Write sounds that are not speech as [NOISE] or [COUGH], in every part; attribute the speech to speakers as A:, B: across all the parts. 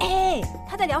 A: 哎聊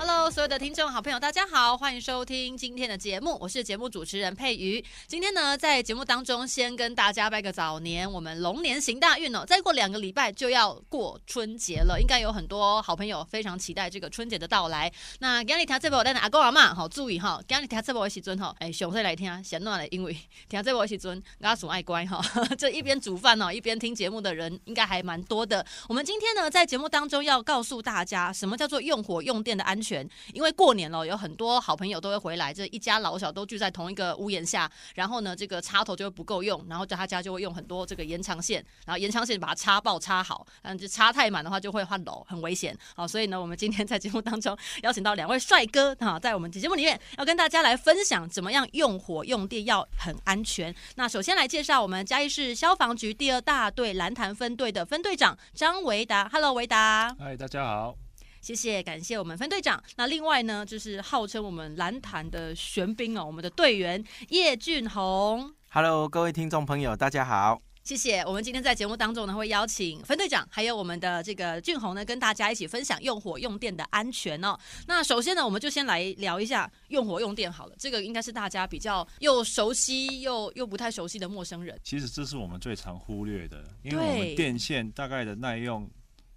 B: Hello，所有的听众好朋友，大家好，欢迎收听今天的节目，我是节目主持人佩瑜。今天呢，在节目当中先跟大家拜个早年，我们龙年行大运哦，再过两个礼拜就要过春节了，应该有很多好朋友非常期待这个春节的到来。那今日听这部咱的阿公阿嬷好注意哈，今日听这部的时阵吼，哎，详细来听，先暖嘞，因为听这部的时阵，阿祖爱乖哈，这一边煮饭哦，一边听节目的人应该还蛮多的。我们今天呢，在节目当中要告诉大家，什么叫做用火用电的安全。因为过年了，有很多好朋友都会回来，这一家老小都聚在同一个屋檐下，然后呢，这个插头就会不够用，然后大家就会用很多这个延长线，然后延长线把它插爆插好，嗯，就插太满的话就会换楼，很危险。好，所以呢，我们今天在节目当中邀请到两位帅哥哈，在我们节目里面要跟大家来分享怎么样用火用电要很安全。那首先来介绍我们嘉义市消防局第二大队蓝潭分队的分队长张维达，Hello，维达。
C: 嗨，哎大家好。
B: 谢谢，感谢我们分队长。那另外呢，就是号称我们蓝坛的玄彬哦，我们的队员叶俊宏。
D: Hello，各位听众朋友，大家好。
B: 谢谢。我们今天在节目当中呢，会邀请分队长，还有我们的这个俊宏呢，跟大家一起分享用火用电的安全哦。那首先呢，我们就先来聊一下用火用电好了，这个应该是大家比较又熟悉又又不太熟悉的陌生人。
C: 其实这是我们最常忽略的，因为
B: 对
C: 我们电线大概的耐用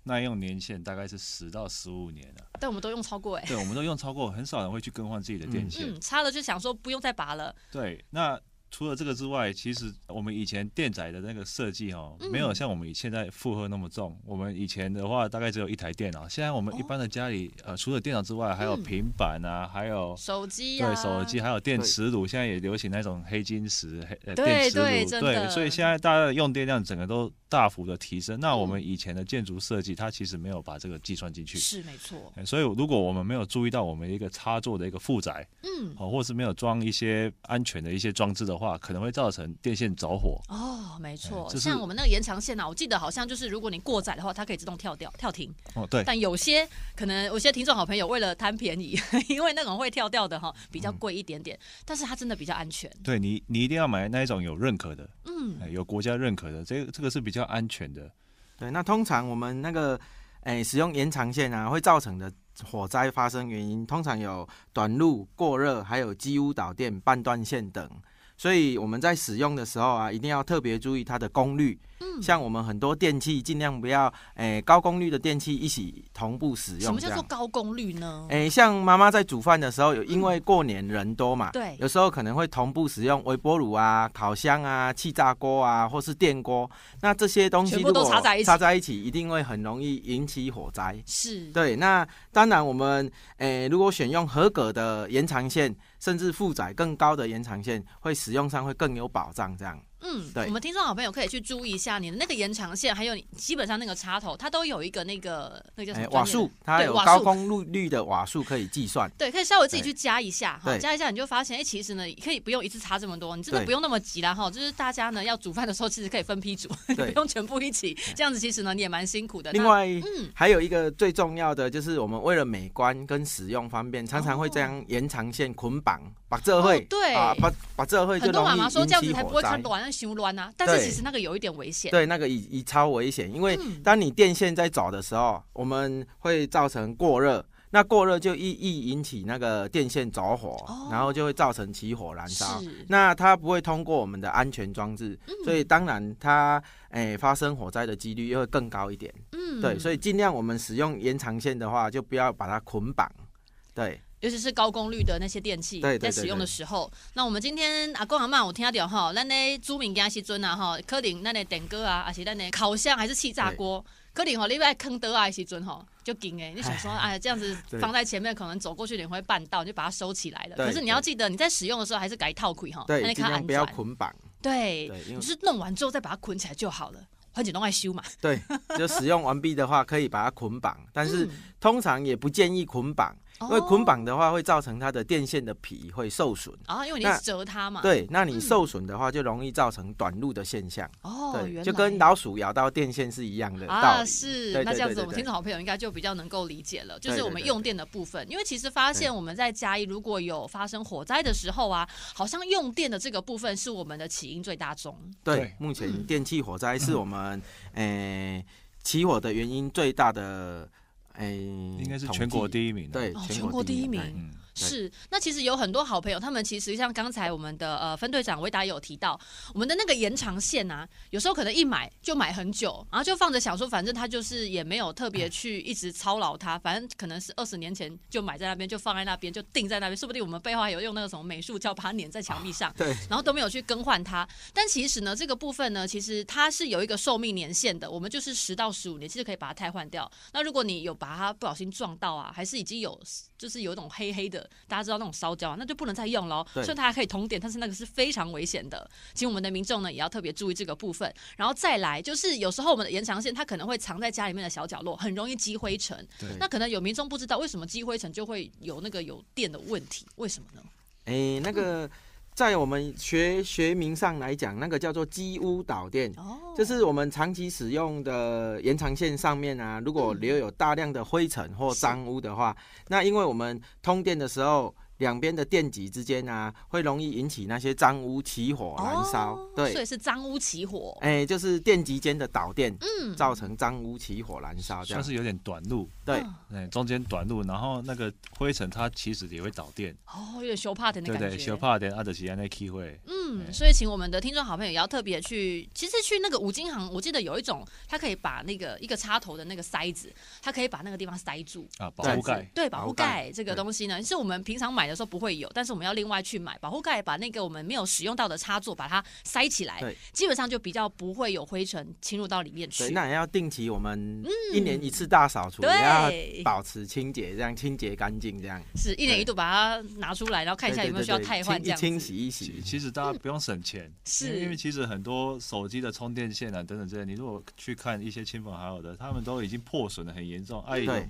C: 耐用年限大概是十到十五年
B: [LAUGHS]
C: 了、
B: 但我们都用超过哎、
C: 对，我们都用超过，很少人会去更换自己的电线。
B: 嗯，差了就想说不用再拔了，
C: 对，那除了这个之外，其实我们以前电载的那个设计哦
B: 嗯，
C: 没有像我们现在负荷那么重。我们以前的话大概只有一台电脑，现在我们一般的家里、呃，除了电脑之外，还有
B: 哦嗯
C: 平板啊，还有。
B: 手机啊呀、
C: 对，手机还有电磁炉，现在也流行那种黑金石、黑呃
B: 对
C: 电磁
B: 对真
C: 炉，
B: 的
C: 对，所以现在大家的用电量整个都大幅的提升。那我们以前的建筑设计，它其实没有把这个计算进去，
B: 是没错，
C: 呃所以如果我们没有注意到我们一个插座的一个负载，
B: 嗯，
C: 哦，或是没有装一些安全的一些装置的话，可能会造成电线着火。
B: 哦，没错，
C: 这是
B: 像我们那个延长线啊，我记得好像就是如果你过载的话，它可以自动跳掉、跳停。
C: 哦，对，
B: 但有些可能有些听众好朋友为了贪便宜， [LAUGHS] 因为那种会跳掉的哈，比
D: 嗯
B: 较贵一点点，但是它真的比较安全。
C: 对你，你一定要买那一种有认可的，
B: 嗯，
C: 呃有国家认可的，这个这个是比较安全的。
D: 对，那通常我们那个诶、使用延长线啊，会造成的火灾发生原因，通常有短路、过热，还有机屋导电、半断线等。所以我们在使用的时候啊，一定要特别注意它的功率。
B: 嗯
D: 像我们很多电器，尽量不要诶、高功率的电器一起同步使
B: 什
D: 用。
B: 么
D: 这
B: 叫
D: 样。哎
B: 做高功率呢？
D: 诶、像妈妈在煮饭的时候，有因为过年人多嘛，
B: 对
D: 有时候可能会同步使用微波炉啊、烤箱啊、气炸锅啊，或是电锅。那这些东西
B: 全部都
D: 如果
B: 插在一起
D: 插在一起一定会很容易引起火灾。
B: 是，
D: 对，那当然我们诶、如果选用合格的延长线，甚至负载更高的延长线，会使用上会更有保障。这样，
B: 嗯，
D: 对
B: 我们听众好朋友可以去注意一下你的那个延长线，还有你基本上那个插头，它都有一个那个那个叫什
D: 诶、
B: 么专业的、
D: 哎瓦数它
B: 对
D: 有
B: 瓦
D: 高
B: 数
D: 功率的瓦数可以计算。
B: 对，可以稍微自己
D: 对
B: 去加一下哈，
D: 对
B: 加一下你就发现，哎、其实呢，可以不用一次插这么多，你真的
D: 对
B: 不用那么急啦哈。就是大家呢要煮饭的时候，其实可以分批煮，你 [LAUGHS] 不
D: 对
B: 用全部一起，这样子其实呢你也蛮辛苦的。
D: 另
B: 那，
D: 外，
B: 嗯，
D: 还有一个最重要的就是，我们为了美观跟使用方便，常常会将延长线捆绑，把这会、
B: 哦对
D: 啊，把把这会
B: 很
D: 就
B: 多
D: 容
B: 妈
D: 易
B: 妈说
D: 引
B: 这样子
D: 起
B: 才不
D: 火
B: 会穿
D: 灾。
B: 短那修乱啊，但是
D: 对
B: 其实那个有一点危险。
D: 对，那个以以超危险，因为
B: 嗯
D: 当你电线在走的时候，我们会造成过热，那过热就易易引起那个电线着火，
B: 哦
D: 然后就会造成起火燃烧。
B: 是，嗯
D: 那它不会通过我们的安全装置，所以当然它诶、发生火灾的几率又会更高一点。
B: 嗯
D: 对，所以尽量我们使用延长线的话，就不要把它捆绑。对，
B: 尤其是高功率的那些电器，
D: 对
B: 在
D: 对对
B: 使用的时候，那我们今天阿公阿嬷有听到哈，咱的煮物件时阵啊哈，可能咱的电锅啊，还是咱的烤箱还是气炸锅，可能吼你爱坑刀啊的时阵吼，就紧诶，
D: [LAUGHS]
B: 你想说哎这样子
D: 对
B: 放在前面，可能走过去你会绊到，你就把它收起来了。
D: 对
B: 可是你要记得你在使用的时候还是改套盔哈，哦那
D: 对，
B: 你
D: 尽
B: 看
D: 量
B: 安
D: 不要
B: 全，
D: 捆绑。
B: 对，
D: 对，因
B: 你就
D: 为
B: 是弄完之后再把它捆起来就好了，环节弄爱修嘛。
D: [LAUGHS] 对，就使用完毕的话，可以把它捆绑，但是
B: 嗯哦
D: 通常也不建议捆绑，
B: 因
D: 因为捆绑的话会造成它的电线的皮会受损。
B: 啊，因为你一
D: 那
B: 直折它嘛。，
D: 对，那你
B: 嗯
D: 受损的话，就容易造成短路的现象。
B: 哦，原来
D: 对，就跟老鼠咬到电线是一样的道
B: 啊，
D: 理。
B: 是
D: 对
B: 那
D: 对
B: 这样子，
D: 对
B: 我们
D: 对
B: 听众好朋友应该就比较能够理解了，就
D: 对
B: 是
D: 对
B: 我们
D: 对
B: 用
D: 对
B: 电的部分。因为其实发现
D: 对
B: 我们在嘉义，如果有发生火灾的时候啊，好像用电的这个部分是我们的起因最大宗。
C: 对
D: 对，目前电气火灾是
B: [LAUGHS]
D: 我们诶起火的原因最大的诶，
B: 嗯
C: 应该是
D: 统
C: 全国
D: 计。
C: 第一名啊。
D: 对
B: 哦，全
D: 全
B: 国
D: 国
B: 第
D: 第
B: 一
D: 一
B: 名
D: 名。
B: 嗯
D: 哎
C: 嗯，
D: 对
B: 是，那其实有很多好朋友，他们其实像刚才我们的呃分队长维达有提到，我们的那个延长线啊，有时候可能一买就买很久，然后就放着想说，反正他就是也没有特别
D: 嗯
B: 去一直操劳它，反正可能是二十年前就买在那边，就放在那边，就定在那边，说不定我们背后还有用那个什么美术胶把它粘在墙壁上，
D: 啊对，
B: [LAUGHS] 然后都没有去更换它。但其实呢，这个部分呢，其实它是有一个寿命年限的，我们就是十到十五年，其实可以把它汰换掉。那如果你有把它不小心撞到啊，还是已经有就是有一种黑黑的，大家知道那种烧焦啊，那就不能再用喽。虽
D: 对
B: 然它还可以通电，但是那个是非常危险的，请我们的民众呢也要特别注意这个部分。然后再来就是有时候我们的延长线它可能会藏在家里面的小角落，很容易积灰尘。
C: 对
B: 那可能有民众不知道为什么积灰尘就会有那个有电的问题，为什么呢？
D: 诶，哎那
B: 嗯
D: 个在我们学学名上来讲，那个叫做机屋导电。
B: 哦，
D: 就是我们长期使用的延长线上面啊，如果
B: 嗯
D: 留有大量的灰尘或脏污的话，那因为我们通电的时候，两边的电极之间啊，会容易引起那些脏污起火燃烧。
B: 哦
D: 对
B: 所，以是脏污起火。
D: 哎、就是电极间的导电
B: 嗯，
D: 造成脏污起火燃烧，这
C: 算
D: 样
C: 是有点短路，
D: 对
B: 嗯
C: 哎，中间短路，然后那个灰尘它其实也会导电，
B: 哦，有点羞怕的那
C: 对
B: 感觉。
C: 对，小怕点阿德奇安那 key 会，
B: 嗯，
C: 对
B: 所以请我们的听众好朋友也要特别去，其实去那个五金行，我记得有一种，它可以把那个一个插头的那个塞子，它可以把那个地方塞住。
C: 啊，保
D: 对
C: 护
D: 是
C: 盖，
B: 对，保
D: 保
B: 护
D: 护盖
B: 盖这个
D: 对
B: 东西呢，是我们平常买的时候不会有，但是我们要另外去买保护盖，把那个我们没有使用到的插座把它塞起来
D: 对，
B: 基本上就比较不会有灰尘侵入到里面去
D: 对，。那也要定期我们一年一次大扫除，也要
B: 嗯对，
D: 保持清洁，这样清洁干净，这样
B: 是一年一度把它拿出来，然后看一下有没有需要
D: 对对对
B: 汰换
D: 清
B: 这样
D: 清
B: 子。
D: 洗一
C: 其
D: 洗，
C: 其实大家不用省钱，因为因为
B: 是，
C: 其实很多手机的充电线啊等等这些，你如果去看一些亲朋好友的，他们都已经破损的很严重，哎呦
D: 对，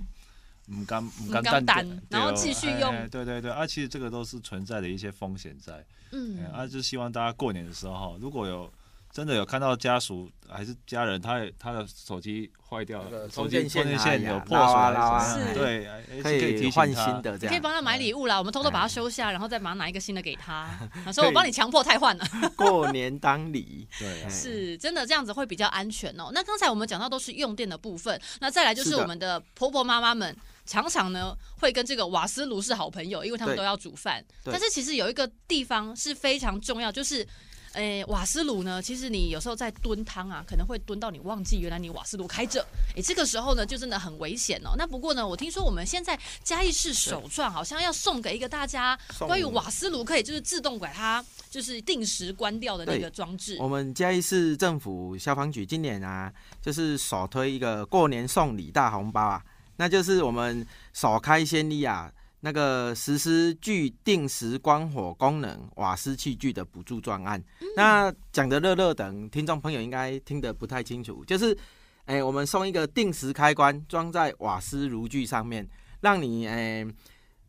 C: 唔敢唔
B: 敢淡
C: 敢淡定
B: 然后
C: 对哦
B: 继续
C: 哎
B: 用
C: 对对对，啊，其实这个都是存在的一些风险在，哎
B: 嗯，
C: 啊，就希望大家过年的时候，如果有真的有看到家属还是家人，他也他的手机坏掉
D: 那
C: 了，
D: 个
C: 手
D: 充
C: 机
D: 电线
C: 充电
D: 啊
C: 线
D: 呀
C: 有
D: 拉
C: 破损
D: 啊
C: 还
D: 拉啊
C: 什么
B: 是
C: 对，哎哎
D: 可
C: 是以提醒
D: 以换
C: 他
D: 新的这
B: 你可以
D: 样。
B: 帮他买礼物啦，我们偷偷把它修下，然后再把它拿一个新的给
D: [LAUGHS]
B: 他。他说我帮你强迫汰换了，
D: 过年当礼，
C: 对
D: 哎
B: [LAUGHS]
C: 啊。
B: 是真的这样子会比较安全哦。那刚才我们讲到都是用电的部分，那再来就是
D: 是的
B: 我们的婆婆妈妈们。常常呢会跟这个瓦斯炉是好朋友，因为他们
D: 对
B: 都要煮饭。
D: 对
B: 但是其实有一个地方是非常重要，就是，诶、瓦斯炉呢，其实你有时候在炖汤啊，可能会炖到你忘记原来你瓦斯炉开着，诶、这个时候呢就真的很危险哦。那不过呢，我听说我们现在嘉义市首创好像要送给一个大家
D: 送
B: 关于瓦斯炉可以就是自动把它就是定时关掉的那个装置
D: 我们嘉义市政府消防局今年啊，就是首推一个过年送礼大红包啊，那就是我们首开先例啊，那个实施具定时关火功能瓦斯器具的补助专案。那讲的热热等，听众朋友应该听得不太清楚，就是，哎、我们送一个定时开关装在瓦斯炉具上面，让你哎。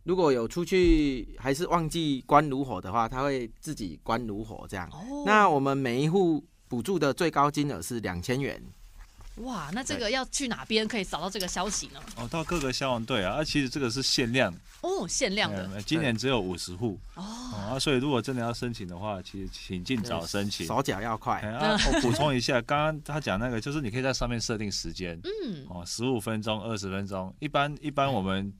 D: 如果有出去还是忘记关炉火的话，它会自己关炉火这样。
B: 哦。
D: 那我们每一户补助的最高金额是两千元，
B: 哇，那这个要去哪边可以找到这个消息呢？
C: 哦，到各个消防队啊，啊，其实这个是限量，
B: 哦，限量的
C: 嗯今年只有五十户
B: 哦。
C: 哦啊，所以如果真的要申请的话，其实请尽早申请。
D: 手脚要
C: 哎
D: 快。
C: 啊，
B: 嗯
C: 我补充一下，刚刚他讲那个，就是你可以在上面设定时间，
B: 嗯，
C: 哦，十五分钟、二十分钟，一般一般我们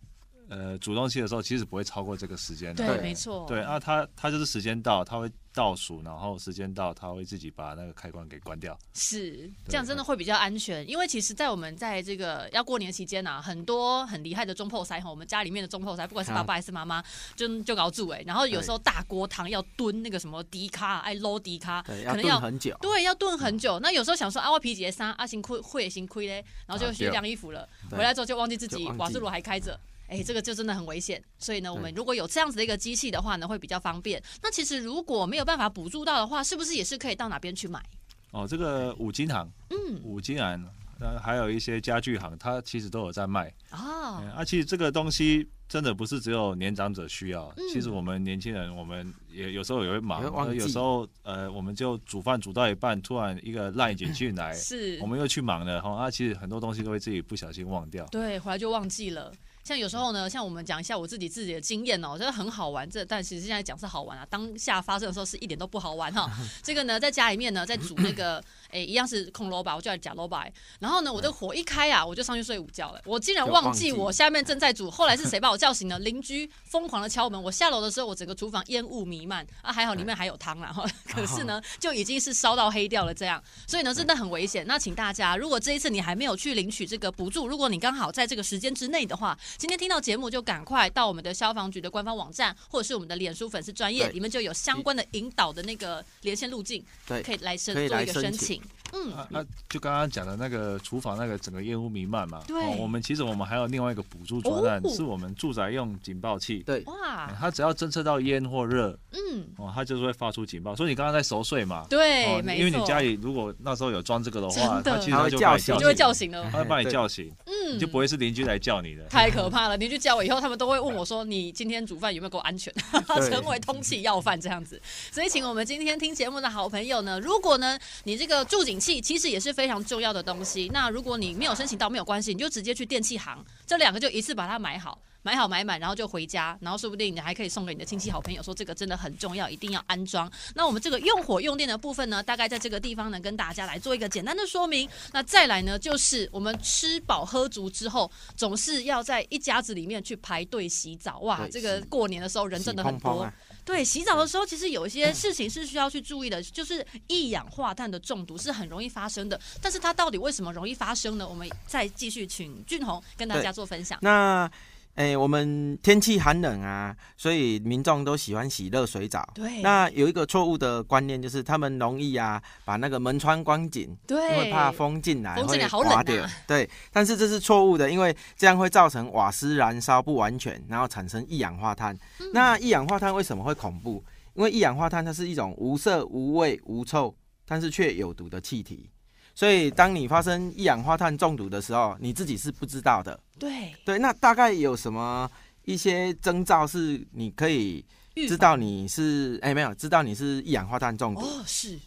C: 呃主动器的时候，其实不会超过这个时间的。
B: 对，
D: 对
B: 没错，
C: 对，啊，它它就是时间到，它会倒数，然后时间到，它会自己把那个开关给关掉。
B: 是这样，真的会比较安全。因为其实，在我们在这个要过年期间啊，很多很厉害的中破塞哈，我们家里面的中破塞，不管是
D: 啊
B: 爸爸还是妈妈，就就搞煮哎、然后有时候大锅汤要炖那个什么迪卡，哎捞迪卡，
D: 对，
B: 可
D: 要
B: 能要
D: 炖很久。
B: 对，要炖很久。那有时候想说啊，我皮姐衫啊，辛亏会也辛亏嘞，然后就
C: 啊
B: 去
C: 对
B: 晾衣服了，
D: 对
B: 回来之后就忘记自
D: 就
B: 己
D: 忘
B: 瓦
D: 记嗯
B: 斯炉还开着。哎，这个就真的很危险，所以呢，我们
D: 对
B: 如果有这样子的一个机器的话呢，会比较方便。那其实如果没有办法补助到的话，是不是也是可以到哪边去买？
C: 哦，这个五金行，
B: 嗯，
C: 五金行，呃，还有一些家具行，它其实都有在卖。
B: 哦
C: 嗯，啊，其实这个东西真的不是只有年长者需要，
B: 嗯
C: 其实我们年轻人，我们也有时候也会忙
D: 也会，忘
C: 呃有
D: 记
C: 时候呃，我们就煮饭煮到一半，突然一个赖姐进来，
B: 是
C: 我，们又去忙了哈。啊，其实很多东西都会自己不小心忘掉。
B: 对，回来就忘记了。像有时候呢，像我们讲一下我自己自己的经验哦，真的很好玩。这但其实现在讲是好玩啊，当下发生的时候是一点都不好玩哈、 [LAUGHS] 这个呢，在家里面呢，在煮那个， [LAUGHS] 诶、一样是空萝卜，我就来假萝卜。然后呢，我的火一开啊，我就上去睡午觉了。我竟然忘记
D: 就忘记
B: 我下面正在煮。后来是谁把我叫醒呢？邻居疯狂的敲门。我下楼的时候，我整个厨房烟雾弥漫啊，还好里面还有汤啦哈。可是呢，就已经是烧到黑掉了这样。所以呢，真的很危险。那请大家，如果这一次你还没有去领取这个补助，如果你刚好在这个时间之内的话，今天听到节目就赶快到我们的消防局的官方网站，或者是我们的脸书粉丝专业，
D: 对
B: 里面就有相关的引导的那个连线路径，
D: 对
B: 可以来申
D: 可以
B: 做
D: 来
B: 一个申
D: 申
B: 请
D: 请。
B: 嗯，
C: 啊，啊就刚刚讲的那个厨房那个整个烟雾弥漫嘛，
B: 对
C: 哦我们其实我们还有另外一个补助专案，
B: 哦啊
C: 是我们住宅用警报器，
D: 对，
C: 嗯
B: 哇，
C: 它只要侦测到烟或热，
B: 嗯，
C: 哦，它就是会发出警报。所以你刚刚在熟睡嘛，
B: 对，
C: 哦，
B: 没错，
C: 因为你家里如果那时候有装这个的话，
B: 真的
C: 它其实它就
D: 它
C: 把
D: 会
C: 你
D: 叫醒
C: 醒，
B: 就会叫醒嗯了。
C: 它会把你叫醒，
B: 嗯，
C: [LAUGHS] 你就不会是邻居来叫你的。
B: 太可怕了！邻居叫我以后，他们都会问我说：“你今天煮饭有没有够安全？”
D: 对
B: 成为通缉要犯这样子。所以，请我们今天听节目的好朋友呢，如果呢你这个助警器其实也是非常重要的东西，那如果你没有申请到没有关系，你就直接去电器行，这两个就一次把它买好。买好买满，然后就回家，然后说不定你还可以送给你的亲戚好朋友，说这个真的很重要，一定要安装。那我们这个用火用电的部分呢，大概在这个地方呢跟大家来做一个简单的说明。那再来呢，就是我们吃饱喝足之后，总是要在一家子里面去排队洗澡。哇，
D: 对
B: 这个
D: 洗
B: 过年的时候人真的很
D: 喜蓬
B: 多。
D: 蓬啊，
B: 对，洗澡的时候其实有一些事情是需要去注意的，就是一氧化碳的中毒是很容易发生的。但是它到底为什么容易发生呢？我们再继续请俊宏跟大家做分享。
D: 那诶、我们天气寒冷啊，所以民众都喜欢洗热水澡。
B: 对，
D: 那有一个错误的观念，就是他们容易啊把那个门窗关紧，因
B: 对，
D: 为怕风进来
B: 风进来
D: 会
B: 好冷啊
D: 刮掉。对，但是这是错误的，因为这样会造成瓦斯燃烧不完全，然后产生一氧化碳。
B: 嗯
D: 那一氧化碳为什么会恐怖？因为一氧化碳它是一种无色、无味、无臭，但是却有毒的气体。所以，当你发生一氧化碳中毒的时候，你自己是不知道的。
B: 对，
D: 对，那大概有什么一些征兆是你可以
B: 预
D: 知
B: 防
D: 道你是哎、没有知道你是一氧化碳中毒？
B: 哦，是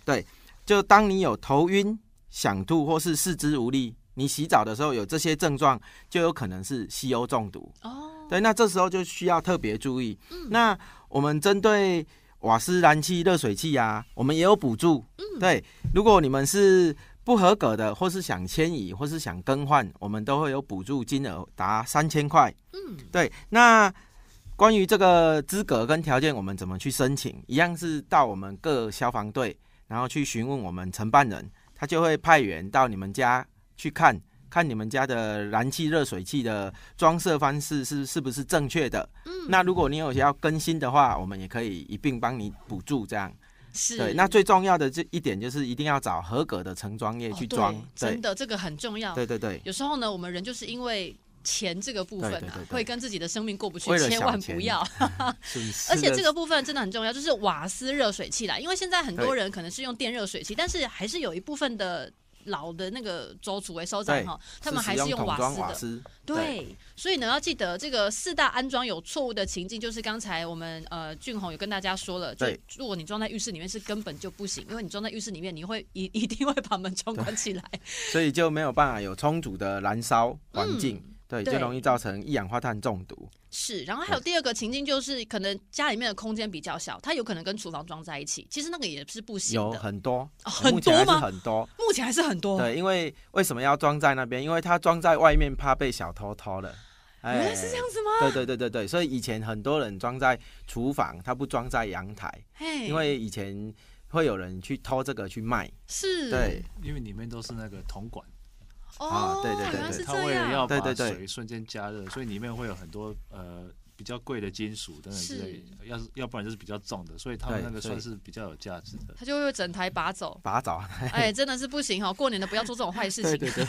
D: 就当你有头晕、想吐或是四肢无力，你洗澡的时候有这些症状，就有可能是西欧中毒。
B: 哦，
D: 对，那这时候就需要特别注意。那我们针对瓦斯燃气、热水器啊，我们也有补助。对，如果你们是不合格的，或是想迁移，或是想更换，我们都会有补助金额达三千块。
B: 嗯，
D: 对，那关于这个资格跟条件，我们怎么去申请？一样是到我们各消防队，然后去询问我们承办人，他就会派员到你们家去看看你们家的燃气热水器的装设方式是是不是正确的。嗯，那如果你有要更新的话，我们也可以一并帮你补助这样。
B: 是
D: 对，那最重要的这一点就是一定要找合格的承装业
B: 哦
D: 去
B: 对
D: 装。
B: 真的这个很重要。
D: 对对对
B: 有时候呢，我们人就是因为。钱这个部分啊，
D: 对对对对
B: 会跟自己的生命过不去，
D: 为了
B: 千
D: 小
B: 万不
D: 钱 [LAUGHS]
B: 要。
D: 对，
B: 而且这
D: 个
B: 个部分真的很重要，就是瓦斯热水器啦，因为现在很多
D: 对
B: 人可能是用电热水器，但是还是有一部分的。老的那个周主为首长
D: 对
B: 哈，他们还
D: 使
B: 是用
D: 用桶
B: 瓦
D: 装
B: 斯
D: 瓦
B: 的，
D: 斯。
B: 对，所以呢要记得这个四大安装有错误的情境，就是刚才我们呃俊宏有跟大家说了，就
D: 对
B: 如果你装在浴室里面是根本就不行，因为你装在浴室里面，你会一一定会把门窗关起来，
D: 所以就没有办法有充足的燃烧环境，对，
B: 嗯对
D: 就容易造成一氧化碳中毒。
B: 是，然后还有第二个情境就是，可能家里面的空间比较小，它有可能跟厨房装在一起，其实那个也是不行
D: 有
B: 的，
D: 很多，
B: 哦很
D: 目前还
B: 多吗哦
D: 是很多。
B: 目前还是很多。
D: 对，因为为什么要装在那边？因为它装在外面怕被小偷偷了。哎
B: 原来是这样子吗？
D: 对对对对对，所以以前很多人装在厨房，他不装在阳台，
B: 嘿，
D: 因为以前会有人去偷这个去卖。
B: 是
D: 对，
C: 因为里面都是那个铜管，
B: 哦
D: 啊，对对对
B: 原来
D: 对
B: 是
C: 它
B: 这
C: 为了要
B: 样，
C: 把
D: 对对对
C: 水瞬间加热，所以里面会有很多呃比较贵的金属等等之类的，要是要不然就是比较重的，所以他们
D: 对
C: 那个
D: 所
C: 算
D: 以。
C: 是比较有价值的。
B: 他就会整台拔走
D: 把它找，
B: 哎，真的是不行哦，过年的不要做这种坏事
D: 对
B: 情，
D: [LAUGHS] 对对，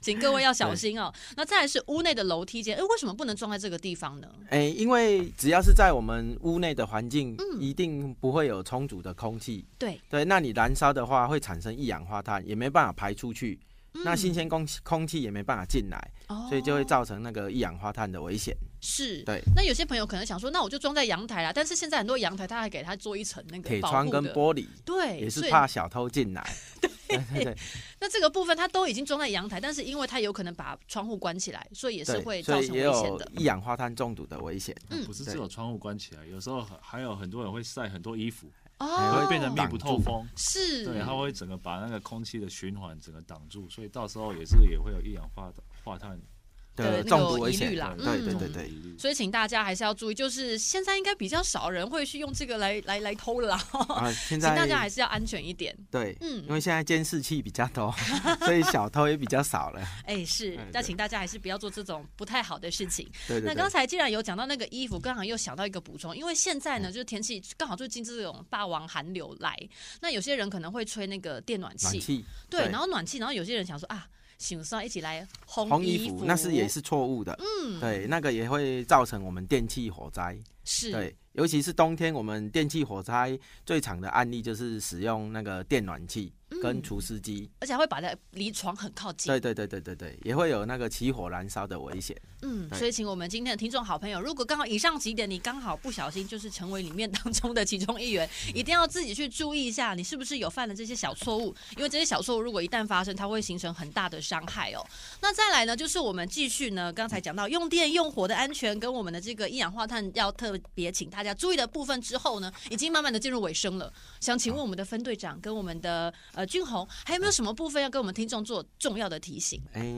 B: 请各位要小心哦。那再来是屋内的楼梯间，哎，为什么不能装在这个地方呢？
D: 哎、因为只要是在我们屋内的环境，
B: 嗯
D: 一定不会有充足的空气，
B: 对，
D: 对，那你燃烧的话会产生一氧化碳，也没办法排出去，
B: 嗯
D: 那新鲜空气空气也没办法进来，所以就会
B: 造。
D: 造成那个一氧化碳的危险。
B: 哦是，
D: 对。
B: 那有些朋友可能想说，那我就装在阳台啦，但是现在很多阳台它还给它做一层那
D: 铁
B: 个保
D: 窗
B: 护
D: 跟
B: 的，
D: 玻璃
B: 对，
D: 也
B: 所
D: 是
B: 以
D: 怕小偷进来。对对对，
B: 那这个部分它都已经装在阳台，但是因为它有可能把窗户关起来，所以也是
D: 对
B: 会
D: 所
B: 造
D: 以
B: 成
D: 也
B: 危险
D: 有
B: 的。
D: 一氧化碳中毒的危险。
B: 嗯
C: 不是只有窗户关起来，有时候还有很多人会晒很多衣服，
D: 哦
C: 会变得密不透风。
B: 是，
C: 对，它会整个把那个空气的循环整个挡住，所以到时候也是也会有一氧化化碳
B: 的
D: 的
B: 那
D: 中
B: 个
D: 毒危
B: 疑虑
D: 险，
B: 啦
D: 对对
B: 嗯
D: 对对，
B: 所以请大家还是要注意，就是现在应该比较少人会去用这个来来来偷了啦，
D: 啊，
B: [LAUGHS] 请
D: 现在
B: 大家还是要安全一点。
D: 对，
B: 嗯
D: 因为现在监视器比较
B: [LAUGHS]
D: 多，所以小偷也比较少了。
B: 哎，是
D: 哎，
B: 那
D: 对
B: 请大家还是不要做这种不太好的事情。
D: 对对
B: 那
D: 对，
B: 刚才既然有讲到那个衣服，刚好又想到一个补充，因为现在
D: 嗯
B: 呢，就是天气刚好最近这种霸王寒流来，那有些人可能会吹那个电暖
D: 暖
B: 气，
D: 气
B: 对，
D: 对
B: 然后暖气，然后有些人想说啊，醒上一起来烘
D: 烘
B: 衣
D: 衣服那是也是错误的，
B: 嗯，
D: 对，那个也会造成我们电气火灾。
B: 是，
D: 对，尤其是冬天，我们电气火灾最常的案例就是使用那个电暖气跟
B: 嗯
D: 除湿机。
B: 而且还会把它离床很靠近，
D: 对对对对对对，也会有那个起火燃烧的危险。
B: 嗯，
D: 对
B: 所以请我们今天的听众好朋友，如果刚好以上几点你刚好不小心就是成为里面当中的其中一员，一定要自己去注意一下，你是不是有犯了这些小错误？因为这些小错误如果一旦发生，它会形成很大的伤害哦。
D: 嗯
B: 那再来呢，就是我们继续呢，刚才讲到用电用火的安全跟我们的这个一氧化碳要特别请大家注意的部分之后呢，已经慢慢的进入尾声了。想请问我们的分队长跟我们的呃俊宏，还有没有什么部分要跟我们听众做重要的提醒？
D: 哎、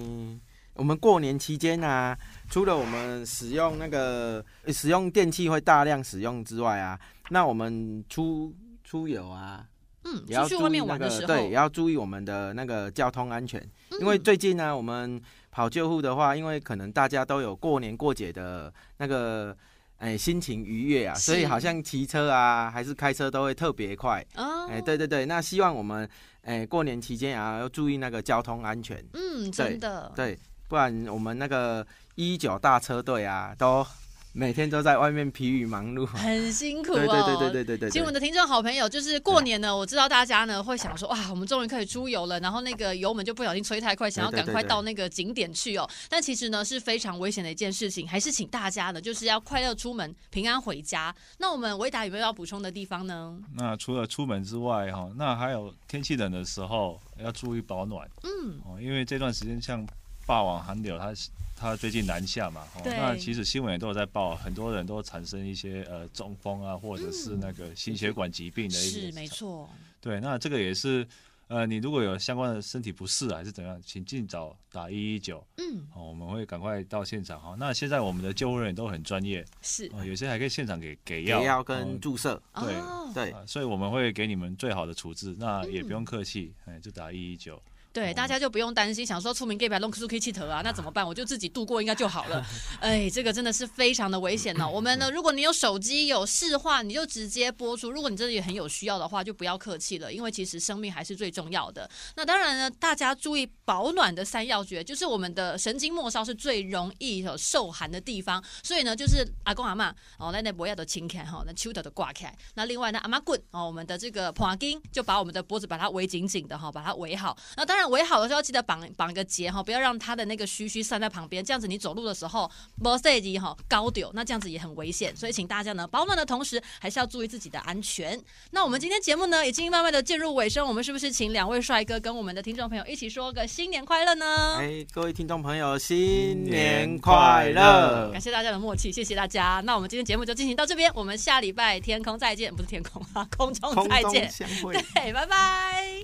D: 我们过年期间啊，除了我们使用那个呃使用电器会大量使用之外啊，那我们出出游啊，
B: 嗯，
D: 也要
B: 出去
D: 注
B: 外
D: 意
B: 面
D: 那
B: 玩的
D: 个
B: 时候，
D: 对，也要注意我们的那个交通安全。因为
B: 嗯
D: 最近呢，我们跑救护的话，因为可能大家都有过年过节的那个。哎，心情愉悦啊，
B: 是
D: 所以好像骑车啊，还是开车都会特别快。
B: 哦，
D: 哎，对对对，那希望我们哎过年期间啊，要注意那个交通安全。
B: 嗯，真的，
D: 对，不然我们那个一九大车队啊，都每天都在外面疲于
B: [LAUGHS]
D: 忙碌。
B: 很辛苦哦。
D: 对对对对对对对
B: 其实我们
D: 对，
B: 的听众好朋友，就是过年呢，我知道大家呢会想说，哇，我们终于可以出游了，然后那个油门就不小心吹太快，想要
D: 对对
B: 赶
D: 对
B: 快
D: 对
B: 到那个景点去哦。但其实呢是非常危险的一件事情，还是请大家呢就是要快乐出门，平安回家。那我们维达有没有要补充的地方呢？
C: 那除了出门之外，哈，那还有天气冷的时候要注意保暖
B: 嗯，
C: 哦，因为这段时间像霸王寒流，它是它最近南下嘛，哦，
B: 对
C: 那其实新闻也都有在报，很多人都产生一些呃中风啊，或者是那个心血管疾病的一些，
B: 嗯是没错，
C: 对，那这个也是。呃，你如果有相关的身体不适啊还是怎样，请尽早打一一九
B: 嗯，
C: 哦，我们会赶快到现场哈、哦。那现在我们的救护人员都很专业
B: 是
C: 哦，有些还可以现场给给药，
D: 也要
C: 哦
D: 跟注射。
C: 对
B: 哦，
D: 对，
C: 啊，所以我们会给你们最好的处置，那也
B: 嗯
C: 不用客气，哎，就打一一九。
B: 对，大家就不用担心，想说出名 gay 白弄 s u k i 气头啊，那怎么办？我就自己度过应该就好了。哎，这个真的是非常的危险呢、我们呢，如果你有手机有事话，你就直接播出；如果你真的也很有需要的话，就不要客气了，因为其实生命还是最重要的。那当然呢，大家注意保暖的三要诀，就是我们的神经末梢是最容易有受寒的地方，所以呢，就是阿公阿嬷哦，那那脖要都清开哈，那手头都挂开。那另外呢，阿妈棍哦，我们的这个帕巾就把我们的脖子把它围紧紧的哈、把它围好。那当然围好的时候要记得绑绑一个结哈、不要让它的那个须须散在旁边，这样子你走路的时候摩塞机哈高丢，那这样子也很危险。所以请大家呢保暖的同时，还是要注意自己的安全。那我们今天节目呢已经慢慢的进入尾声，我们是不是请两位帅哥跟我们的听众朋友一起说个新年快乐呢？
D: 哎，各位听众朋友，新年快乐！
B: 感谢大家的默契，谢谢大家。那我们今天节目就进行到这边，我们下礼拜天空再见，不是天空啊，空中
D: 空
B: 再
D: 中
B: 见，
D: 相
B: [LAUGHS]
D: 会。
B: 对，拜拜。